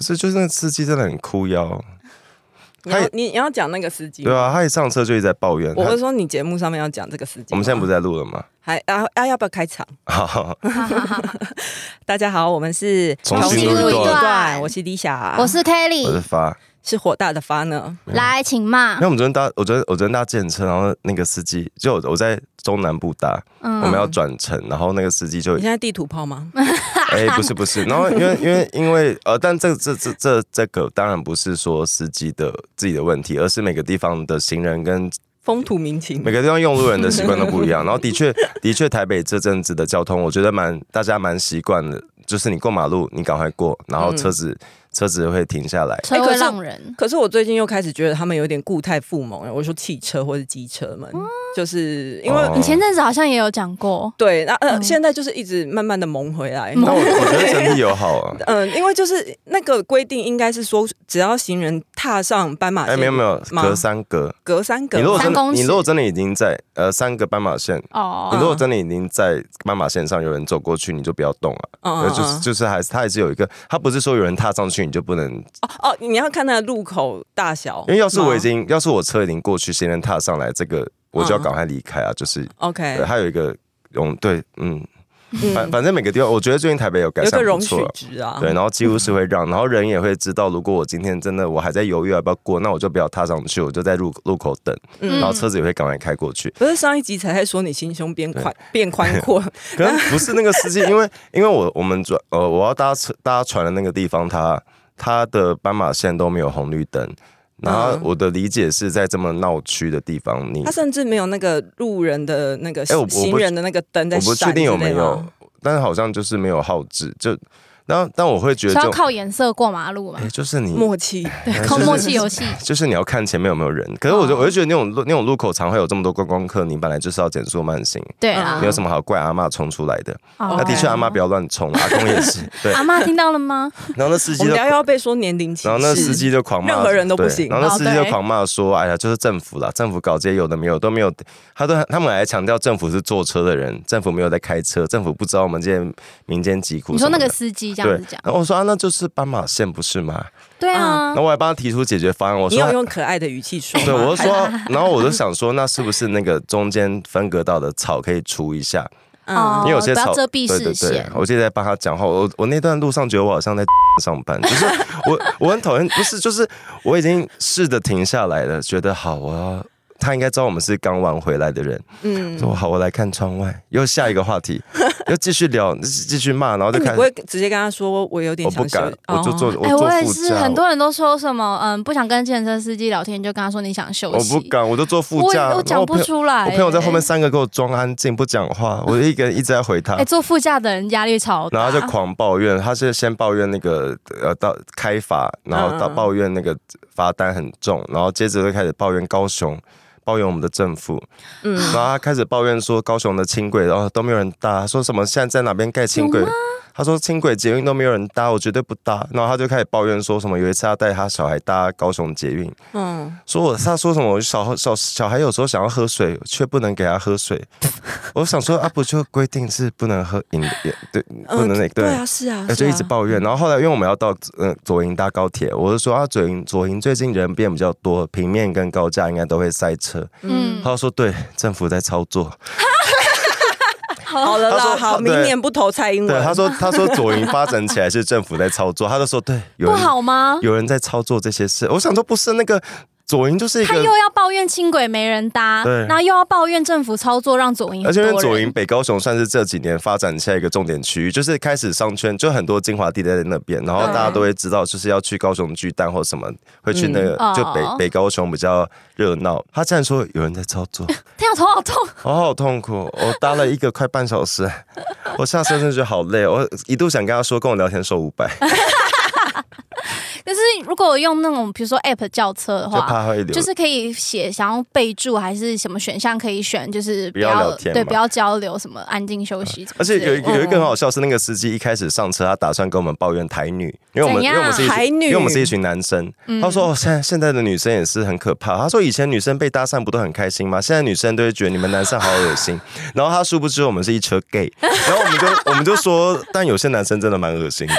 是就是那个司机真的很哭腰，你要他也你你要讲那个司机，对啊，他一上车就一直在抱怨。我他是说你节目上面要讲这个司机吗。我们现在不是在录了吗？ 还啊啊要不要开场？好，大家好，我们是重新录一段我是李霞，我是我是 Kelly，发。是火大的发呢。来，请骂因为。我们昨天搭，我昨天我昨天搭电车，然后那个司机就我我在中南部搭，我嗯们要转乘，然后那个司机就 你现在地图炮 吗？哎、不是不是，然后因为因 为因为呃，但这这这这这个当然不是说司机的自己的问题，而是每个地方的行人跟风土民情每，个地方用路人的习惯都不一样。 然后的确的确，台北这阵子的交通，我觉得蛮大家蛮习惯的，就是你过马路你赶快过，然后车子、嗯车子会停下来。车哎可会是让人可是我最近又开始觉得他们有点固态附萌了。我说汽车或是机车哦们，就是因为、哦你前阵子好像也有讲过，对，那呃、嗯现在就是一直慢慢的萌回来。。那我我觉得整体友好啊 嗯，因为就是那个规定，应该是说，只要行人踏上斑马哎、线，没有没有，吗隔三隔。隔三嗯格你如果嘛真三的，公尺你如果真的已经在呃三个斑马线，你哦，如果真的已经在斑马线上有人走过去，你就不要动啊。嗯呃，嗯就嗯是就是还是它还是有一个，它不是说有人踏上去你就不能，因哦哦，你要看那个路口大小吗，为要是我已经要是我车已经过去，行人踏上来，这个我就要嗯赶快离开啊，就是对 OK，它有一个容对，嗯，反哎嗯，反正每个地方，我觉得最近台北有改有善个不容错许啊。值啊，对，然后几乎是会让，然后人也会知道，如果我今天真的我还在犹豫要不要过，那我就不要踏上去，我就在路路口等，嗯然后车子也会赶快开过去。不是上一集才在说你心胸变宽变宽 阔，可能不是那个司机，因为 因为我我们转呃我要搭车搭船的那个地方，它它的斑马线都没有红绿灯。然后嗯我的理解是在这么闹区的地方，你他甚至没有那个路人的那个哎我我不行人的那个灯在我不闪确定有没之类的有吗，，但是好像就是没有号志，就但但我会觉得是要就靠颜色过马路嘛哎，？就是你默契，就是靠默契游戏。就是你要看前面有没有人。可是我哦就我就觉得那种路那种路口常会有这么多观光客，你本来就是要减速慢行，对啊没有，什么好怪阿嬷冲出来的。哦嗯啊那的确阿嬷不要乱冲，阿公也是对。 阿妈听到 了吗？然后那司我机们都等下又要被说年龄歧视，然后那司机就狂骂，任何人都不对行然后那司机哦就对狂骂说：“哎呀，就是政府啦，政府搞这些有的没有都没有，他都他们还强调政府是坐车的人，政府没有在开车，政府不知道我们这些民间疾苦。”你说那个。司机这对样子讲，，然后我说啊，那就是斑马线不是吗？对啊然，后我还帮他提出解决方案。我你说啊有，用可爱的语气哎说吗，对，我就还说，然后我就想说，那是不是那个中间分隔到的草可以除一下？嗯哦因为有些不要草，遮蔽对对视对线，我记得在帮他讲话。我我那段路上觉得我好像在 上班，就是我我很讨厌，不是就是我已经试着停下来了，觉得好我要。他应该知道我们是刚玩回来的人，嗯，说好，我来看窗外，又下一个话题，又继续聊，继续骂，然后哎就你看不，会直接跟他说我有点我不想休敢，我就坐哦我哎，坐我也副是，驾，很多人都说什么，嗯，不想跟健身司机聊天，你就跟他说你想休我息。不，敢，我就坐副我驾，也我然后讲不朋友出来。我朋友在后面三个给我装安静不讲话，我一个人一直在回他哎，哎，，坐副驾的人压力超大。然后他就狂抱怨，他是先抱怨那个呃到开罚，然后到嗯嗯抱怨那个罚单很重，然后接着就开始抱怨高雄。抱怨我们的政府，嗯然后他开始抱怨说高雄的轻轨，然、哦后都没有人搭，他说什么现在在哪边盖轻轨有吗？他说轻轨捷运都没有人搭，我绝对不搭。然后他就开始抱怨说什么有一次他带他小孩搭高雄捷运，嗯，说我他说什么我小小小孩有时候想要喝水，却不能给他喝 水。我想说啊，不就规定是不能喝饮料，对，嗯不能那对啊，是啊，呃，是就啊一直抱怨。然后后来因为我们要到呃左营搭高铁，我就说啊，左营左营最近人变比较多，平面跟高架应该都会塞车。嗯，他就说对，政府在操作。好了他说啦，好，对明年不投蔡英对，文，他说他说左营发展起来是政府在操作，他就说对，有不人好吗？有人在操作这些事。我想说不是那个左营就是一他个又。要抱怨轻轨没人搭，对然后又要抱怨政府操作让左营很而且因为多左人营北高雄算是这几年发展起来一个重点区域，就是开始商圈，就很多精华地带在那边，然后嗯大家都会知道，就是要去高雄巨蛋或什么，会去那个、嗯就北、哦北高雄比较热闹。他竟然说有人在操 作，天啊，头好痛！我好痛苦，我搭了一个快半小时，我下车真的觉得好累，我一度想跟他说跟我聊天收五 百，可是如果用那种比如说 App 叫车的就话，怕会流。就是可以写想要备注还是什么选项可以选，就是不要聊天嘛啊对不要交流，什么安静休息什么而之且类的。有一个有一个很好笑是那个司机一开始上车，他打算跟我们抱怨台女，因为我们怎因样为我们是一群台女因为我们是一群男生。他说哦，现在现在的女生也是很可怕。他说以前女生被搭讪不都很开心吗？现在女生都会觉得你们男生好恶心。然后他殊不知我们是一车 gay，然后我们就我们就说，但有些男生真的蛮恶心的。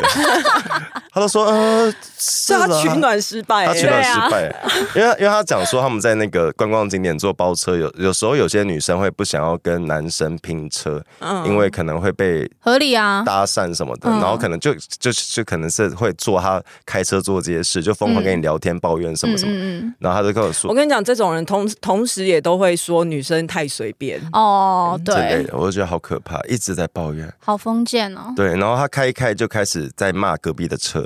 他都说呃，是这他啦取暖失败、他欸，取暖对失啊败，因为因为他讲说他们在那个观光景点坐包车，有有时候有些女生会不想要跟男生拼车，嗯因为可能会被合理啊，搭讪什么的，嗯然后可能就就就可能是会做他开车做这些事，就疯狂跟你聊天抱怨什么什么，嗯嗯然后他就跟我我说跟你讲，这种人同同时也都会说女生太随便。嗯，哦，这类对，的，我就觉得好可怕，一直在抱怨。好封建哦，对，然后他开一开就开始在骂隔壁的车，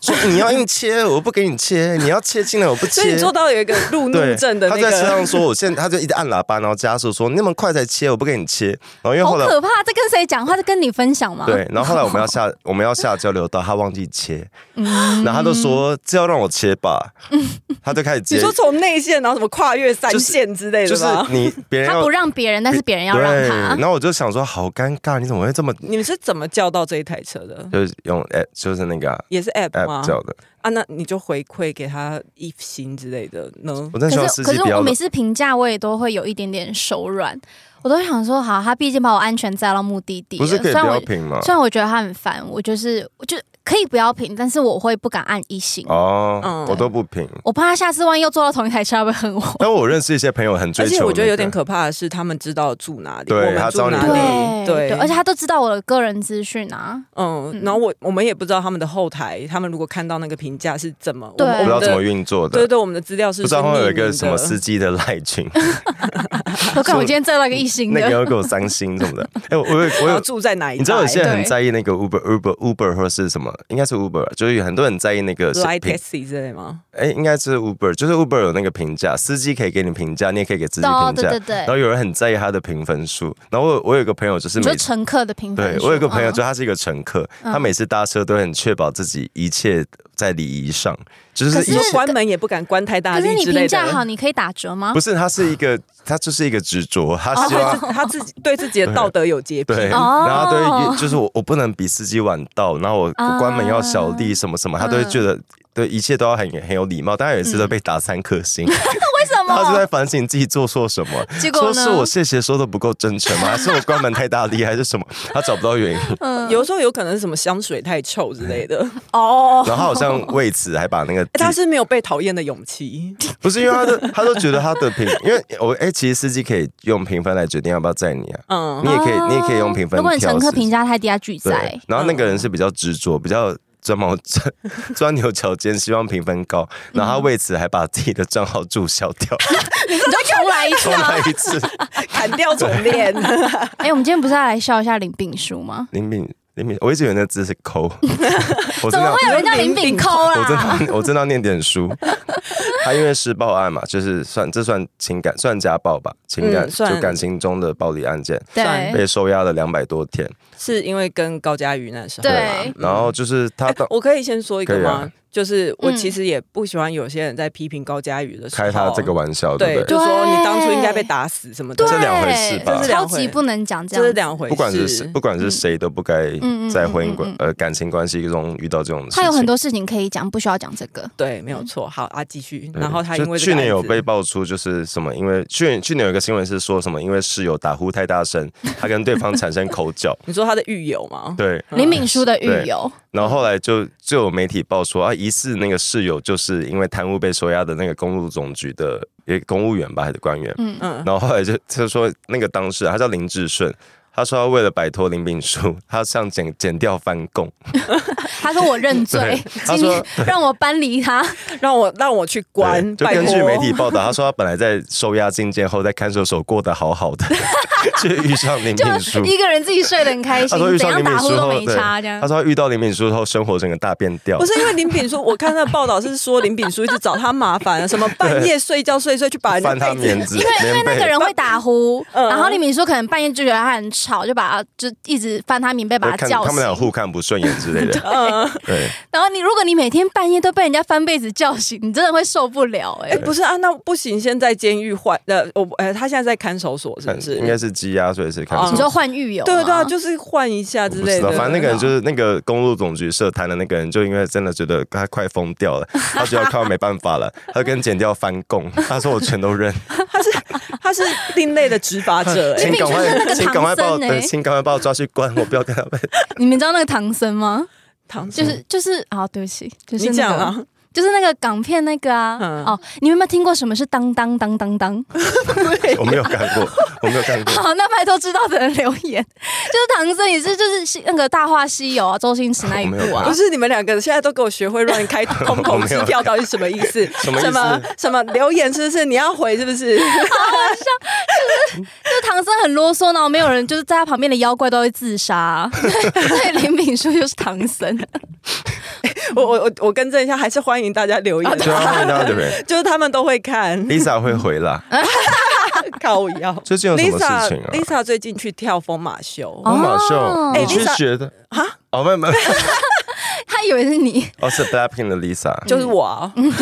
说你要硬切，我不给你切，你要切进来我不所以切你。做到有一个路怒 对，症的那他在车上个，说，我现在他就一直按喇叭，然后加速说你那么快才切，我不给你切。然后因为好后来可怕！这跟谁讲话？这跟你分享吗？对，然后后来我们要下我们要下交流道，他忘记切，然后他就说这要让我切吧，他就开始你接，说从内线，然后什么跨越三线之类就的是吧？你别人他要不让别人，但是别人要让对，他然。后我就想说好尴尬，你怎么会这么你们是怎么叫到这一台车的？就是用 app 就是那个啊、也是 app 吗 app？叫的，啊，那你就回馈给他一星之类的呢？我真的希望可是司可机是不我要每次评价我也都会有一点点手软，我都会想说，好，他毕竟把我安全载到目的地不了，是可虽以然不我要评啊吗？虽然我觉得他很烦，我就是我就可以不要评，但是我会不敢按一星，哦，嗯我都不评。我怕他下次万一又坐到同一台车，他会恨我。但我认识一些朋友很追而求、那且个我觉得有点可怕的是，他们知道住哪里，对我们他知住道你 哪住里，哪对，而且他都知道我的个人资讯 啊，嗯，然后我我们也不知道他们的后台，他们如果看到那个评价是怎么，我对们不知我道们怎么的运作对的，对，我们的资料是不知道会有一个什么事司机的赖群，我看我今天载到一个一星那个的，要给我三星什么的。哎、我我有我然后有住在哪一带？你知道有些人很对在意那个 Uber Uber Uber 或者是什么，应该是 Uber，就是啊有很多人在意那个 l i g 评 e，taxi 之类吗？哎、应该是 Uber，就是 Uber 有那个评价，司机可以给你评价，你也可以给自己评 对价哦对。对然，后有人很在意他的评分数，然后我有我有个朋友就是你每说乘客的评分对数，我有个朋友，嗯就他是一个乘客，嗯他每次搭车都很确保自己一切在礼仪上，就是可你一是说关门也不敢关太大可是力你之类评的价。好，你可以打折吗不？是他是一个他就是一个执着，他他希会望自他自己对自己的道德有洁癖，对，然哦后他对就是我我不能比司机晚到，然后我啊关门要小弟什么什么，他都会嗯觉得对一切都要很很有礼貌，但他有一次都被打三颗 星，为什他就么？在反省自己做错什么，结果说呢是？我谢谢说的不够真诚吗？还是我关门太大力还是什么？他找不到原因， 嗯有时候有可能是什么香水太臭之类的。哦，然后他好像为此还把那 个哎 他是没有被讨厌的勇气，不是因为他的，他都觉得他的评，因为我哎、其实司机可以用评分来决定要不要载你啊，嗯你，也可以，哦你也可以用评分。如果你乘客评，价太低，他拒载对。，然后那个人嗯是比较执着，比较钻毛钻 钻牛角尖，希望评分高，嗯然后他为此还把自己的账号注销 掉，你就重来一次重啊！来一次。砍掉重 练。哎、我们今天不是要来笑一下林炳书吗？林敏，林敏，我一直以为那字是 抠，我怎真的么要。会有人啊叫林炳抠我真啦？的要，我真的要念点 书。他因为施暴案嘛，就是算这算情感，算家暴吧，情感、嗯就算感情中的暴力案件，哎对被收押了两百多天。是因为跟高佳瑜那时候对啦嗯啊然后就是他哎到我可以先说一个可以吗？啊就是我嗯其实也不喜欢有些人在批评高佳瑜的时候开他这个玩笑，对对，不对？就说对你当初应该被打死什么的，这对，两回事吧这是超两回级不能讲这这是样。两回事。不管是谁，不管是谁，都不该嗯嗯在婚姻嗯关嗯呃感情关系中遇到这种事情。他有很多事情可以讲，不需要讲这个。对，没有错。好啊，继续。对。然后他因为就去这个年有案子被爆出，就是什么，因为去年去年有一个新闻是说什么，因为室友打呼太大 声，他跟对方产生口角，你说他的狱友吗？对，林炳书的狱友，然后后来就就有媒体爆出啊，疑似那个室友就是因为贪污被收押的那个公路总局的一个公务员吧，还是官员，嗯，嗯，然后后来就他说那个当事人他叫林志顺，他说他为了摆脱林炳书，他想减减掉翻供，他说我认罪对，他今说天让我搬离他。让我让我去关，对就拜根据托媒体报道，他说他本来在收押进监后，在看守所过得好好 的，却遇上林炳就书。一个人自己睡得很开他心说，遇怎上样林炳打呼书都后，没对，差，这样他。说他遇到林炳书后，生活整个大变调不。是因为林炳书，我看那报道是说林炳书一直找他麻烦，什么 半夜睡觉睡一睡去啊把人家翻他被子棉子因为，因为棉那个被，人会打呼，嗯然后李敏说可能半夜就觉得他很吵，就把他就一直翻他棉被把他看叫他们俩醒。互看不顺眼之类 的。嗯，对，然后你如果你每天半夜都被人家翻被子叫醒，你真的会受不了哎、哎，不是啊，那不行，先在监狱换，呃，我呃，他现在在看守所是看不是？应该是羁押，所以是看守哦你说换狱友吗，对对对啊，就是换一下之不知类道的。，反正那个人就是那个公路总局设摊的那个人，就因为真的觉得他快疯掉了，他觉得快要没办法了，他就跟剪掉翻供，他说我全都认，他是另类的执 法者，哎请，赶你命中是那快，个请赶快把我，唐僧欸对请赶快把我抓去关，我不要跟他们。你们知道那个唐僧吗？唐僧就是就是啊，对不起，就是、那你个、讲啊，就是那个港片那个啊，嗯哦，你们有没有听过什么是当当当当当？ 我没有看过，我没有看过。好，那拜托知道的人留言， 就是唐僧也是就是西那个《大话西游》啊，周星驰那一我没有部啊看不，是你们两个现在都给我学会乱开 空头支票，到底什么意思？什么意思什么什么留言是不是？你要回是不是？就唐僧很啰嗦，然后没有人就是在他旁边的妖怪都会自杀、 对，所以林敏书就是唐僧。 我我我我更正一下，还是欢迎大家留言，对啊，欢迎大家的人 就是他们都会看，Lisa 会回啦。靠腰。 最近有什么事情 Lisa 啊？ Lisa 最近去跳疯马秀，我马哦秀，你去 Lisa- 学的啊？哦，没有没有，他以为 是你哦是 Blackpink 的 Lisa。就是我啊嗯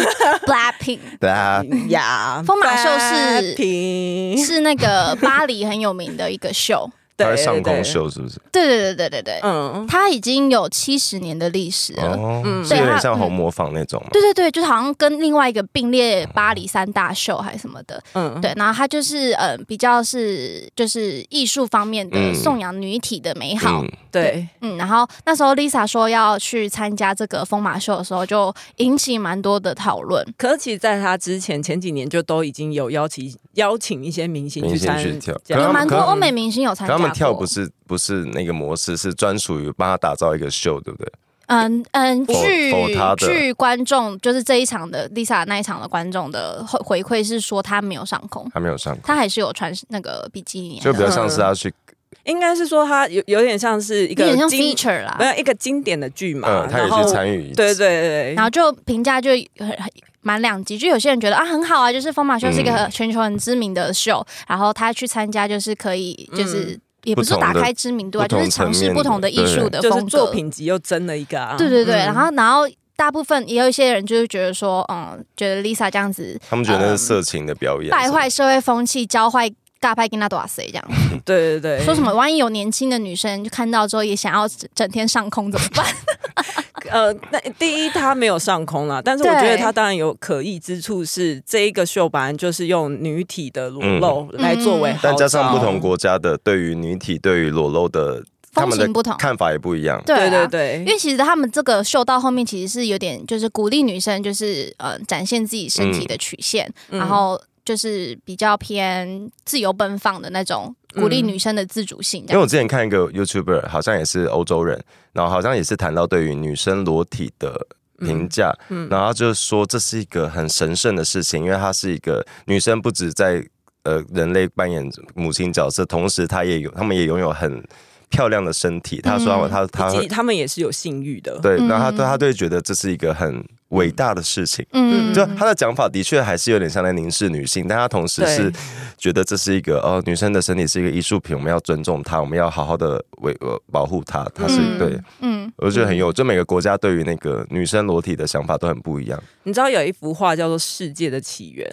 Blackpink，大家 呀。疯马秀是 Blackpink 是那个巴黎很有名的一个秀。他对会上对空对秀是不是？对对对对对对，嗯，它已经有七十年的历史了。哦，是对有他点像红嗯模仿那种嘛。对对对，就是好像跟另外一个并列巴黎三大秀还是什么的，嗯，对，然后它就是嗯、呃比较是就是艺术方面的嗯颂扬女体的美好，嗯，对，嗯然后那时候 Lisa 说要去参加这个疯马秀的时候，就引起蛮多的讨论，可是其实在他之前前几年就都已经有邀请邀请一些明星明去星参去跳加可有他们蛮多可欧美明星有参可加他过们跳不是不是那个模式，是专属于帮他打造一个秀，对不对？嗯嗯，否据否他的据观众就是这一场的 Lisa 那一场的观众的回回馈是说她没有上空，还没有上空，她还是有穿那个比基尼啊，就比较像是他去应该是说他有有点像是一有个点像经 feature 啦没，有一个经典的剧嘛，嗯，他也然后去参与一次，对对对然后就评价就很很蛮两极，就有些人觉得啊很好啊，就是疯马秀是一个嗯很全球很知名的秀，然后他去参加就是可以嗯就是、也不是不同打的开知名度啊，不就同是尝层试面不同的的艺术对的就是风作格，品集又争了一个啊，对对对，嗯然后然后大部分也有一些人就是觉得说，嗯，觉得 Lisa 这样子他们觉得那是色情的表演，败坏社会风气，教坏。大派跟他多少谁这样对哎对 对，说什么？万一有年轻的女生就看到之后也想要整整天上空怎么办？呃，那第一他没有上空啦，但是我觉对得他当然有可疑之处是，这一个秀版就是用女体的裸露来作为嗯号但加上召不同国家的对于女体、对于裸露的 他风们的情不同，看法也不一样。啊对对对因，为其实他们这个秀到后面其实是有点就是鼓励女生就是呃展现自己身体的曲线，嗯然后就是比较偏自由奔放的那种，嗯鼓励女生的自主性这因为样。我之前看一个 YouTuber，好像也是欧洲人，然后好像也是谈到对于女生裸体的评价，然后他就说这是一个很神圣的事情，因为它是一个女生不止在呃人类扮演母亲角色，同时她也有，她们也拥有很漂亮的身体。他说她她以及会他们也是有性欲的，对，嗯然后她对她对觉得这是一个很伟大的事情。嗯，就他的讲法的确还是有点像在凝视女性，但他同时是对觉得这是一个哦，女生的身体是一个艺术品，我们要尊重她，我们要好好的维呃保护她。她是、嗯对，，嗯，我觉得很有，就每个国家对于那个女生裸体的想法都很不一样。你知道有一幅画叫做《世界的起源》，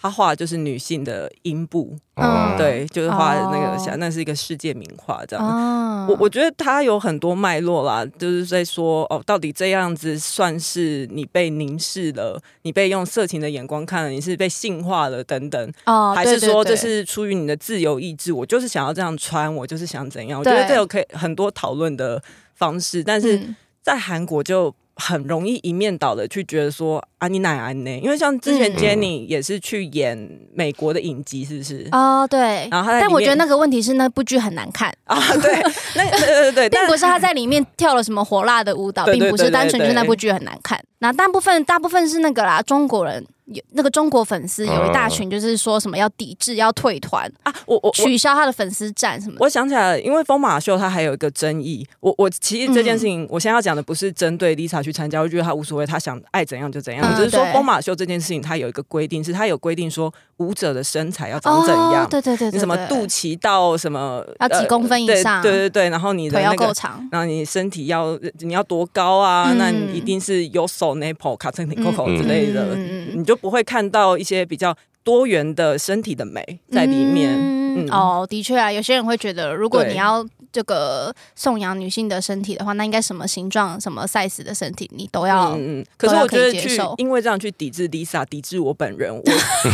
他画的就是女性的阴部，哦嗯，对，就是画的那哦个像，那是一个世界名画这样。啊我我觉得它有很多脉络啦，就是在说哦，到底这样子算是你被凝视了，你被用色情的眼光看了，你是被性化了等等，哦还是说这对对对是出于你的自由意志？我就是想要这样穿，我就是想怎样？我觉对得这有可以很多讨论的方式，但是嗯在韩国就很容易一面倒的去觉得说啊，你奶安呢？因为像之前嗯 Jenny 也是去演美国的影集，是不是？哦对。然后他在但里我觉得面那个问题是那部剧很难看， 啊，对，那个对对对，并但不是他在里面跳了什么火辣的舞蹈，对并对不是对对单纯就是对那部剧很难看。那大部分大部分是那个啦，中国人有那个中国粉丝有一哦大群，就是说什么要抵制、要退团、啊，我我我。取消他的粉丝站什么的。我想起来了，因为疯马秀它还有一个争议。我我其实这嗯件事情，我现在要讲的不是针对 Lisa 去参加，我觉得她无所谓，她想爱怎样就怎样。嗯我只是说对疯马秀这件事情，它有一个规定，是它有规定说舞者的身材要长怎样，哦、对对对对你什么对肚脐到什么呃要几公分以对上对对对，然后你的腿那要个够，长，然后你身体要你要多高啊？嗯那你一定是有手 nipple 卡成你口口嗯之类的，嗯嗯你就不会看到一些比较多元的身体的美在里面。嗯嗯哦，的确啊，有些人会觉得，如果对你要这个颂扬女性的身体的话，那应该什么形状、什么 size 的身体，你都要。 嗯，嗯可是都要我觉得可以接去受因为这样去抵制 Lisa，抵制我本人，我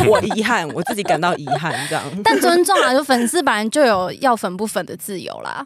我遗憾，我自己感到遗憾，这样。但尊重啊，就粉丝本来就有要粉不粉的自由啦。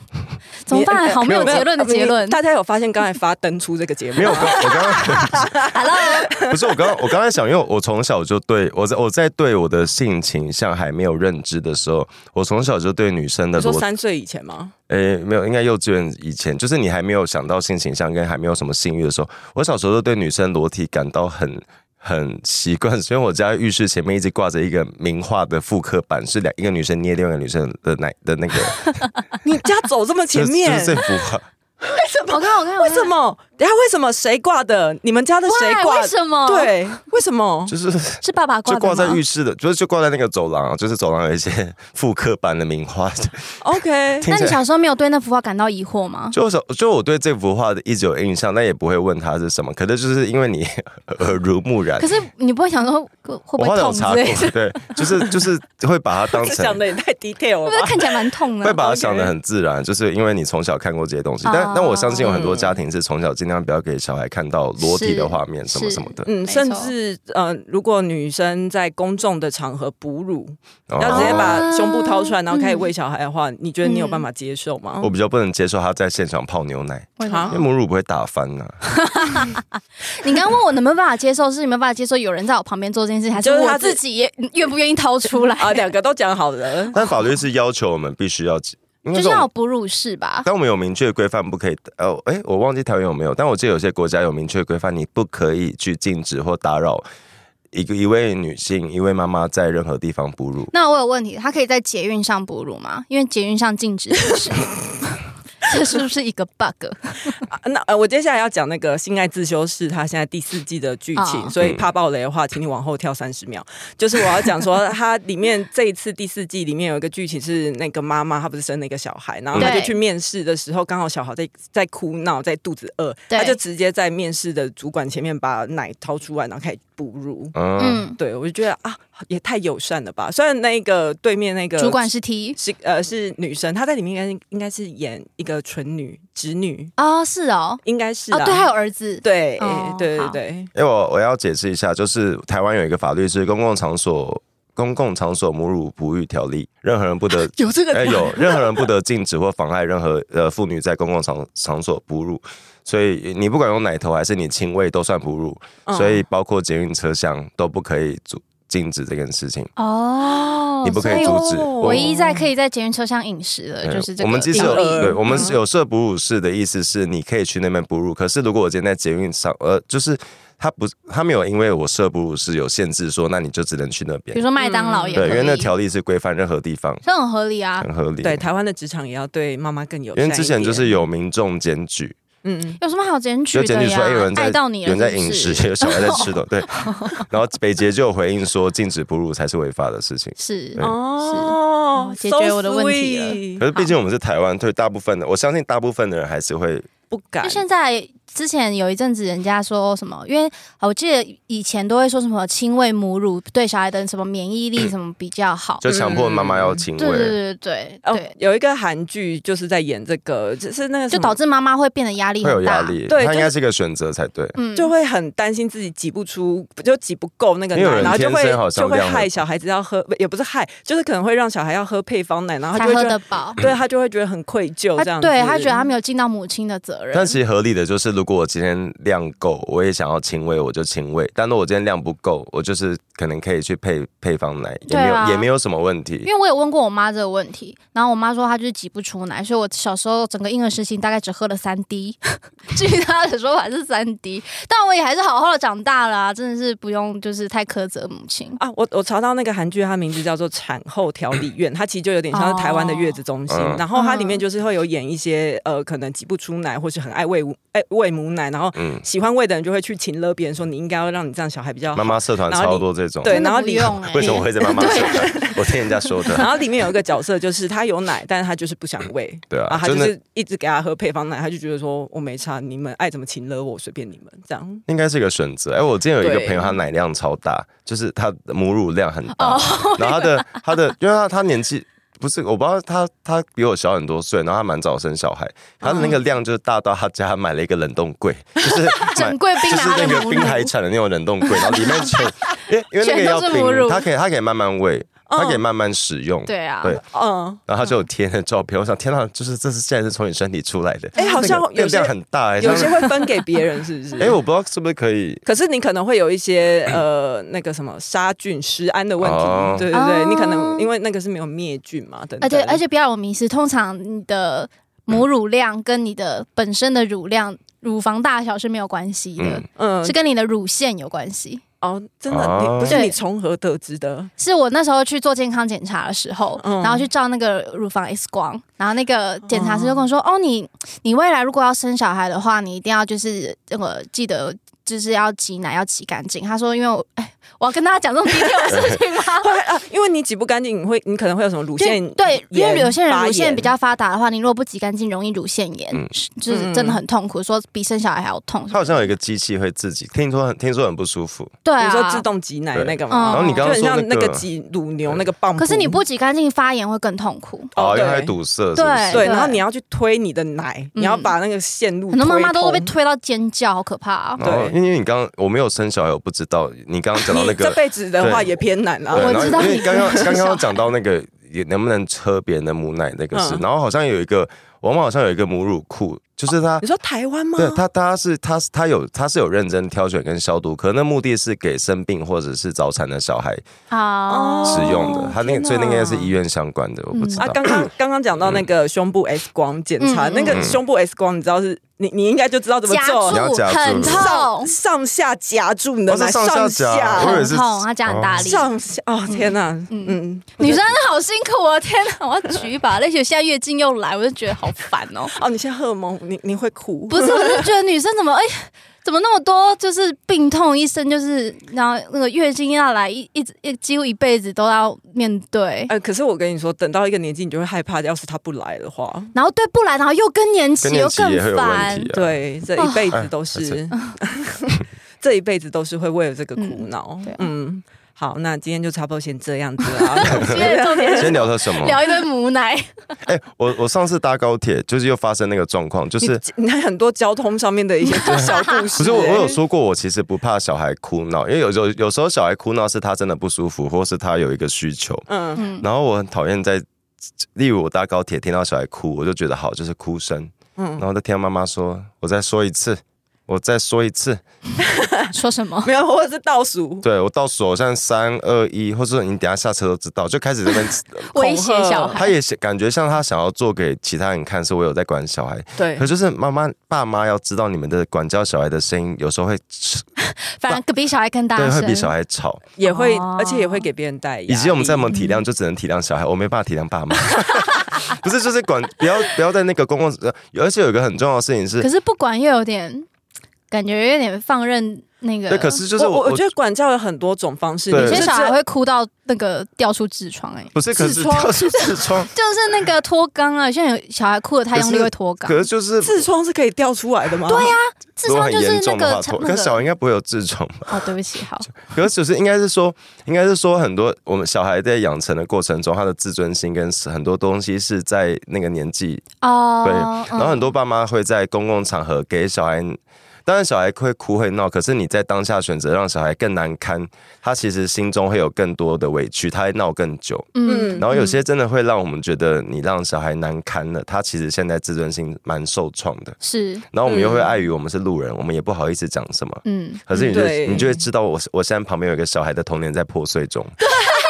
怎么呃办？好没有结论的结论。大家有发现刚才发登出这个节目没有，我刚我刚刚 Hello，不是我刚我刚才想，因为我从小就对我在我在对我的性倾向还没有认知的时候，我从小就对女生的你说裸三岁以前吗？诶，没有，应该幼稚园以前，就是你还没有想到性倾向跟还没有什么性欲的时候，我小时候就对女生裸体感到很很习惯， 所以我家浴室前面一直挂着一个名画的复刻版，是两一个女生捏另外一个女生的奶的 那个你家走这么前面，就是就是这幅画。我看我看为什？么？等一下为什么谁挂的？你们家的我看谁 Why？挂？哎为什么？，对，为什么？就是是爸爸挂就的挂在吗浴室的，就是就挂在那个走廊啊，就是走廊有一些 复刻版的名画。 OK，听那起来你小时候没有对那幅画感到疑惑吗？就我小就我对这幅画的一直有印象，但也不会问它是什么。可是就是因为你 耳濡目染可，是你不会想说会我会不会后来有痛之查类的？过，对，就是就是会把它当这成想的也太 detail 了 会不会吧？看起来蛮痛的？会把它 OK 想得很自然，就是因为你从小看过这些东西。但哦但我相信有很多家嗯庭是从小尽量不要给小孩看到裸体的画面是什么什么的，嗯，没错甚至呃，如果女生在公众的场合哺乳，要哦直接把哦胸部掏出来，然后开始嗯喂小孩的话，你觉得你有办法接受吗我？比较不能接受他在现场泡牛奶，为什么因为母乳不会打翻啊呐、你刚刚问我能不能办法接受，是你没有办法接受有人在我旁边做这件事情，还是就是我他自自己也 愿不愿意掏出 来？啊，两个都讲好了。但法律是要求我们必须要，应就该是是我要有们哺乳室吧？但我们有明确规范，不可以呃，哎、我忘记台湾有没有，但我记得有些国家有明确规范，你不可以去禁止或打扰一个一位女性、一位妈妈在任何地方哺乳。那我有问题，他可以在捷运上哺乳吗？因为捷运上禁止饮食， 这是不是一个 bug？啊那呃，我接下来要讲那个《性爱自修室》，它现在第四季的剧情，哦所以怕爆雷的话，请你往后跳三十秒。就是我要讲 说，它里面这一次第四季里面有一个剧情是那个妈妈，她不是生了一个小孩，然后她就对去面试的时候，刚好小孩在在哭闹，在肚子饿，对她就直接在面试的主管前面把奶掏出来，然后开始哺乳。嗯，嗯，对，我就觉得啊，也太友善了吧！虽然那个对面那个嗯主管是 T 是呃是女生，她在里面应该应该是演一个纯女直女，哦，是哦，应该是、哦啊，对，还有儿子，对、哦对对好对，因为哎我我要解释一下，就是台湾有一个法律是《公共场所公共场所母乳哺育条例》，任何人不 得有这个哎、有任何人不得禁止或妨碍任何呃妇女在公共场场所哺乳，所以你不管用奶头还是你亲喂都算哺乳，嗯所以包括捷运车厢都不可以阻禁止这件事情，哦，你不可所以阻止。哦我唯一在可以在捷运车厢饮食的，对呃就是这个我们其实定有律对，我们嗯有设哺乳室的意思是你可以去那边哺乳，可是如果我今天在捷运上，呃，就是他不，他没有因为我设哺乳室有限制说，那你就只能去那比如边。说麦当劳也可以，对，因为那条例嗯是规范任何地方，这很合理啊。很合理。对，台湾的职场也要对妈妈更友善因一为点。之前就是有民众检举，嗯，有什么好检举就检的举说，哎，有呀人？在爱到你有了是人不在是，饮食， 有小孩在吃 的，对。然后北捷就有回应说，禁止哺乳才是违法的事 情。是对嗯哦哦解决我的问题了可了，是毕竟我们是台湾，对大部分的，我相信大部分的人还是哦会不敢就。现在，之前有一阵子，人家说什么？因为啊我记得以前都会说什么亲喂母乳对小孩的什么免疫力什么比较好。就强迫妈妈要亲嗯对对喂。对对对哦对，，有一个韩剧就是在演这个，就是那个什就么导致妈妈会变得压力会有很压大。力，对它应就该是一个选择才对。嗯，就会很担心自己挤不出，就挤不够那个奶因为有，人然后就天生好会像就会这样害小孩子要喝，不也不是害，就是可能会让小孩要喝配方奶，然后他才就会觉喝得得，饱。对他就会觉得很愧疚这他样子。对他觉得他没有尽到母亲的责任。但其实合理的就是，如果我今天量够，我也想要亲喂，我就亲喂；但如果我今天量不够，我就是可能可以去配配方奶，也没有、对啊也没有什么问题因。为我有问过我妈这个问题，然后我妈说她就是挤不出奶，所以我小时候整个婴儿时期大概只喝了三滴， 至于她的说法是三滴，但我也还是好好的长大了、啊，真的是不用就是太苛责母亲。啊，我我查到那个韩剧，它名字叫做《产后调理院》，它其实就有点像是台湾的月子中心。哦嗯然后它里面就是会有演一些呃，可能挤不出奶，或是很爱喂母哎喂母奶，然后嗯喜欢喂的人就会去请了别人说你应该要让你这样小孩比较好。妈妈社团然后你超多这种，对真的然后不 你用、欸、为什么会在妈妈 社 团？我听人家说的，然后里面有一个角色，就是她有奶，但是她就是不想喂， 对啊然后她真就的是一直给她喝配方奶，她就觉得说我没差，你们爱怎么请了我随便你们这样。应该是一个选择。哎，我之前有一个对朋友，他奶哦量超大，就是他母乳量很大，然后他的他的，因为他他年纪。不是，我不知道他他比我小很多岁，然后他蛮早生小孩，他的那个嗯量就是大到他家买了一个冷冻柜，就是买整柜冰就是拿那的个母冰乳海产的那种冷冻柜，然后里面全 因为因为那个全要都是母冰，乳嗯它可以它可以慢慢喂，它可以慢慢使用，对啊，对嗯，然后他就有贴那照片，我想天哪，就是这是现在是从你身体出来的，哎好像那个有些量很大，哎有些像会分给别人，是不是？ 哎，我不知道是不是可以，可是你可能会有一些呃那个什么杀菌食安的问题，哦对对对，哦你可能因为那个是没有灭菌嘛，等而等。嗯且而且不要有迷失，通常你的母乳量跟你的本身的乳量、乳房大小是没有关系的嗯，，嗯是跟你的乳腺有关系。哦，真的，哦你不是对你从何得知的？是我那时候去做健康检查的时候，嗯然后去照那个乳房 X 光，然后那个检查师就跟我说：“嗯哦，你你未来如果要生小孩的话，你一定要就是呃记得就是要挤奶要挤干净。”他说：“因为我 哎，我要跟大家讲这种低调的事 情吗？”会啊，因为你挤不干净，你会你可能会有什么乳就腺对，因为炎有些人发乳腺炎比较发达的话，你如果不挤干净，容易乳腺炎，嗯是就是真的很痛苦，说比生小孩还要痛。它好像有一个机器会自己，听说很听说很不舒服，对啊，你说自动挤奶那个对吗？然后你刚刚就很说像那个个挤乳牛那个棒。可是你不挤干净，发炎会更痛苦。哦，因为它会对堵塞，是不是对，对然后你要去推你的奶，你要嗯把那个线路很多妈妈都会被通推到尖叫，好可怕啊！然后因对为你刚刚我没有生小孩，我不知道你刚刚讲到那你 这个，辈子的话对也偏难啊。对，我然后知道因为你刚刚生刚小孩刚讲到那个也能不能喝别人的母奶那个事嗯，然后好像有一个，我们好像有一个母乳库，就是它你说台湾哦吗？对他，他是他是他有他是有认真挑选跟消毒，可能那目的是给生病或者是早产的小孩啊，使用的。哦他那天个所以那个应该是哪医院相关的，我不知啊道，。刚 刚刚刚讲到那个胸部 X 光检查，嗯嗯那个胸部 X 光，你知道是你你应该就知道怎么夹做你，要住夹住很上痛，上下夹住你的哦是奶，上上下夹我以为很是痛，他讲很大力。上下哦，天哪，嗯，女生好辛苦哦，天哪，我要举一把泪血，现在月经又来，我就觉得好烦哦。哦，你现在荷尔蒙，你你会哭，不是，我就觉得女生怎么哎、怎么那么多就是病痛，一生就是然后那个月经要来，一一直一几乎一辈子都要面对。呃，可是我跟你说，等到一个年纪，你就会害怕，要是他不来的话，然后对不来，然后又更年期，更年期更也会有问烦题。啊。对，这一辈子都是， 这一辈子都是会为了这个苦恼对啊。嗯，好，那今天就差不多先这样子啊啦。 今天的重点 今是天聊到什么？聊一堆母奶，哎、我我上次搭高铁，就是又发生那个状况，就是 你看很多交通上面的一些小故 事，不是我我有欸说过，我其实不怕小孩哭闹，因为有有有时候小孩哭闹是他真的不舒服，或是他有一个需求。嗯， 嗯，然后我很讨厌在，例如我搭高铁听到小孩哭，我就觉得好，就是哭声。嗯然后再听到妈妈说，我再说一次，我再说一次，说什么？没有，或者是倒数，对我倒数，我现在三二一，或者说你等一下下车都知道，就开始这边。威胁小 他孩，也想感觉像他想要做给其他人看，是我有在管小孩，对可，就是妈妈爸妈要知道你们的管教小孩的声音，有时候会反正比小孩更大对会声。比小孩吵，也会，哦而且也会给别人带压力，以及我们再怎么体谅，就只能体谅小孩，我没办法体谅爸妈。不是，就是管不要不要在那个公共，呃而且有一个很重要的事情是可，是不管又有点，感觉有点放任那个。对，可是就是我我我觉得管教有很多种方式，对你有就些是小孩会哭到那个掉出痔疮，哎，不是，可是痔疮掉出 痔疮，就是那个脱肛啊，现在有小孩哭的太用力会脱肛可。是就是痔疮是可以掉出来的吗？对啊呀，痔如果疮很就是严那重的个话，肠脱那可个是小孩应该不会有痔疮吧？哦， 对不起，好，可是就是应该是说，应该是说很多我们小孩在养成的过程中，他的自尊心跟很多东西是在那个年纪，哦，对嗯然后很多爸妈会在公共场合给小孩。当然，小孩会哭会闹，可是你在当下选择让小孩更难堪，他其实心中会有更多的委屈，他会闹更久。嗯然后有些真的会让我们觉得你让小孩难堪了，他其实现在自尊心蛮受创的。是，然后我们又会嗯碍于我们是路人，我们也不好意思讲什么。嗯，可是你就对你就会知道我，我现在旁边有一个小孩的童年在破碎 中，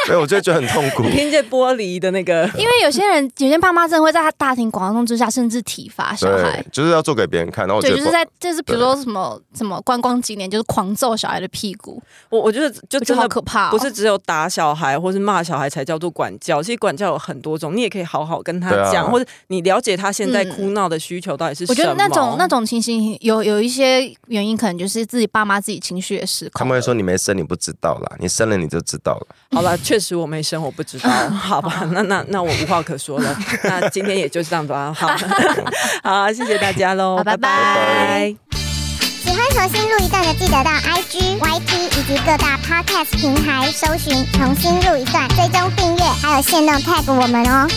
所以我就会觉得很痛苦。听见玻璃的那个，嗯因为有些人，有些爸妈真的会在他大庭广众之下，甚至体罚小孩对。，就是要做给别人看，然后我觉对，得就是不在就是比如说什么什么观光景点，就是狂揍小孩的屁股，我我觉得就我觉真得好的可怕、哦。不是只有打小孩或是骂小孩才叫做管教，其实管教有很多种，你也可以好好跟他对啊讲，或者你了解他现在嗯哭闹的需求到底是什我么。觉得那种那种情形有有一些原因，可能就是自己爸妈自己情绪也失控。他们会说你没生你不知道啦，你生了你就知道了。好了，确实我没生，我不知道， 好吧，那那那我无话可说了。那今 天也就这样吧，好，好，谢谢大家喽，好拜拜拜喜欢重新录一段的，记得到 IG、YT 以及各大 Podcast 平台搜寻“重新录一段”，追踪订阅，还有限定 tag 我们哦。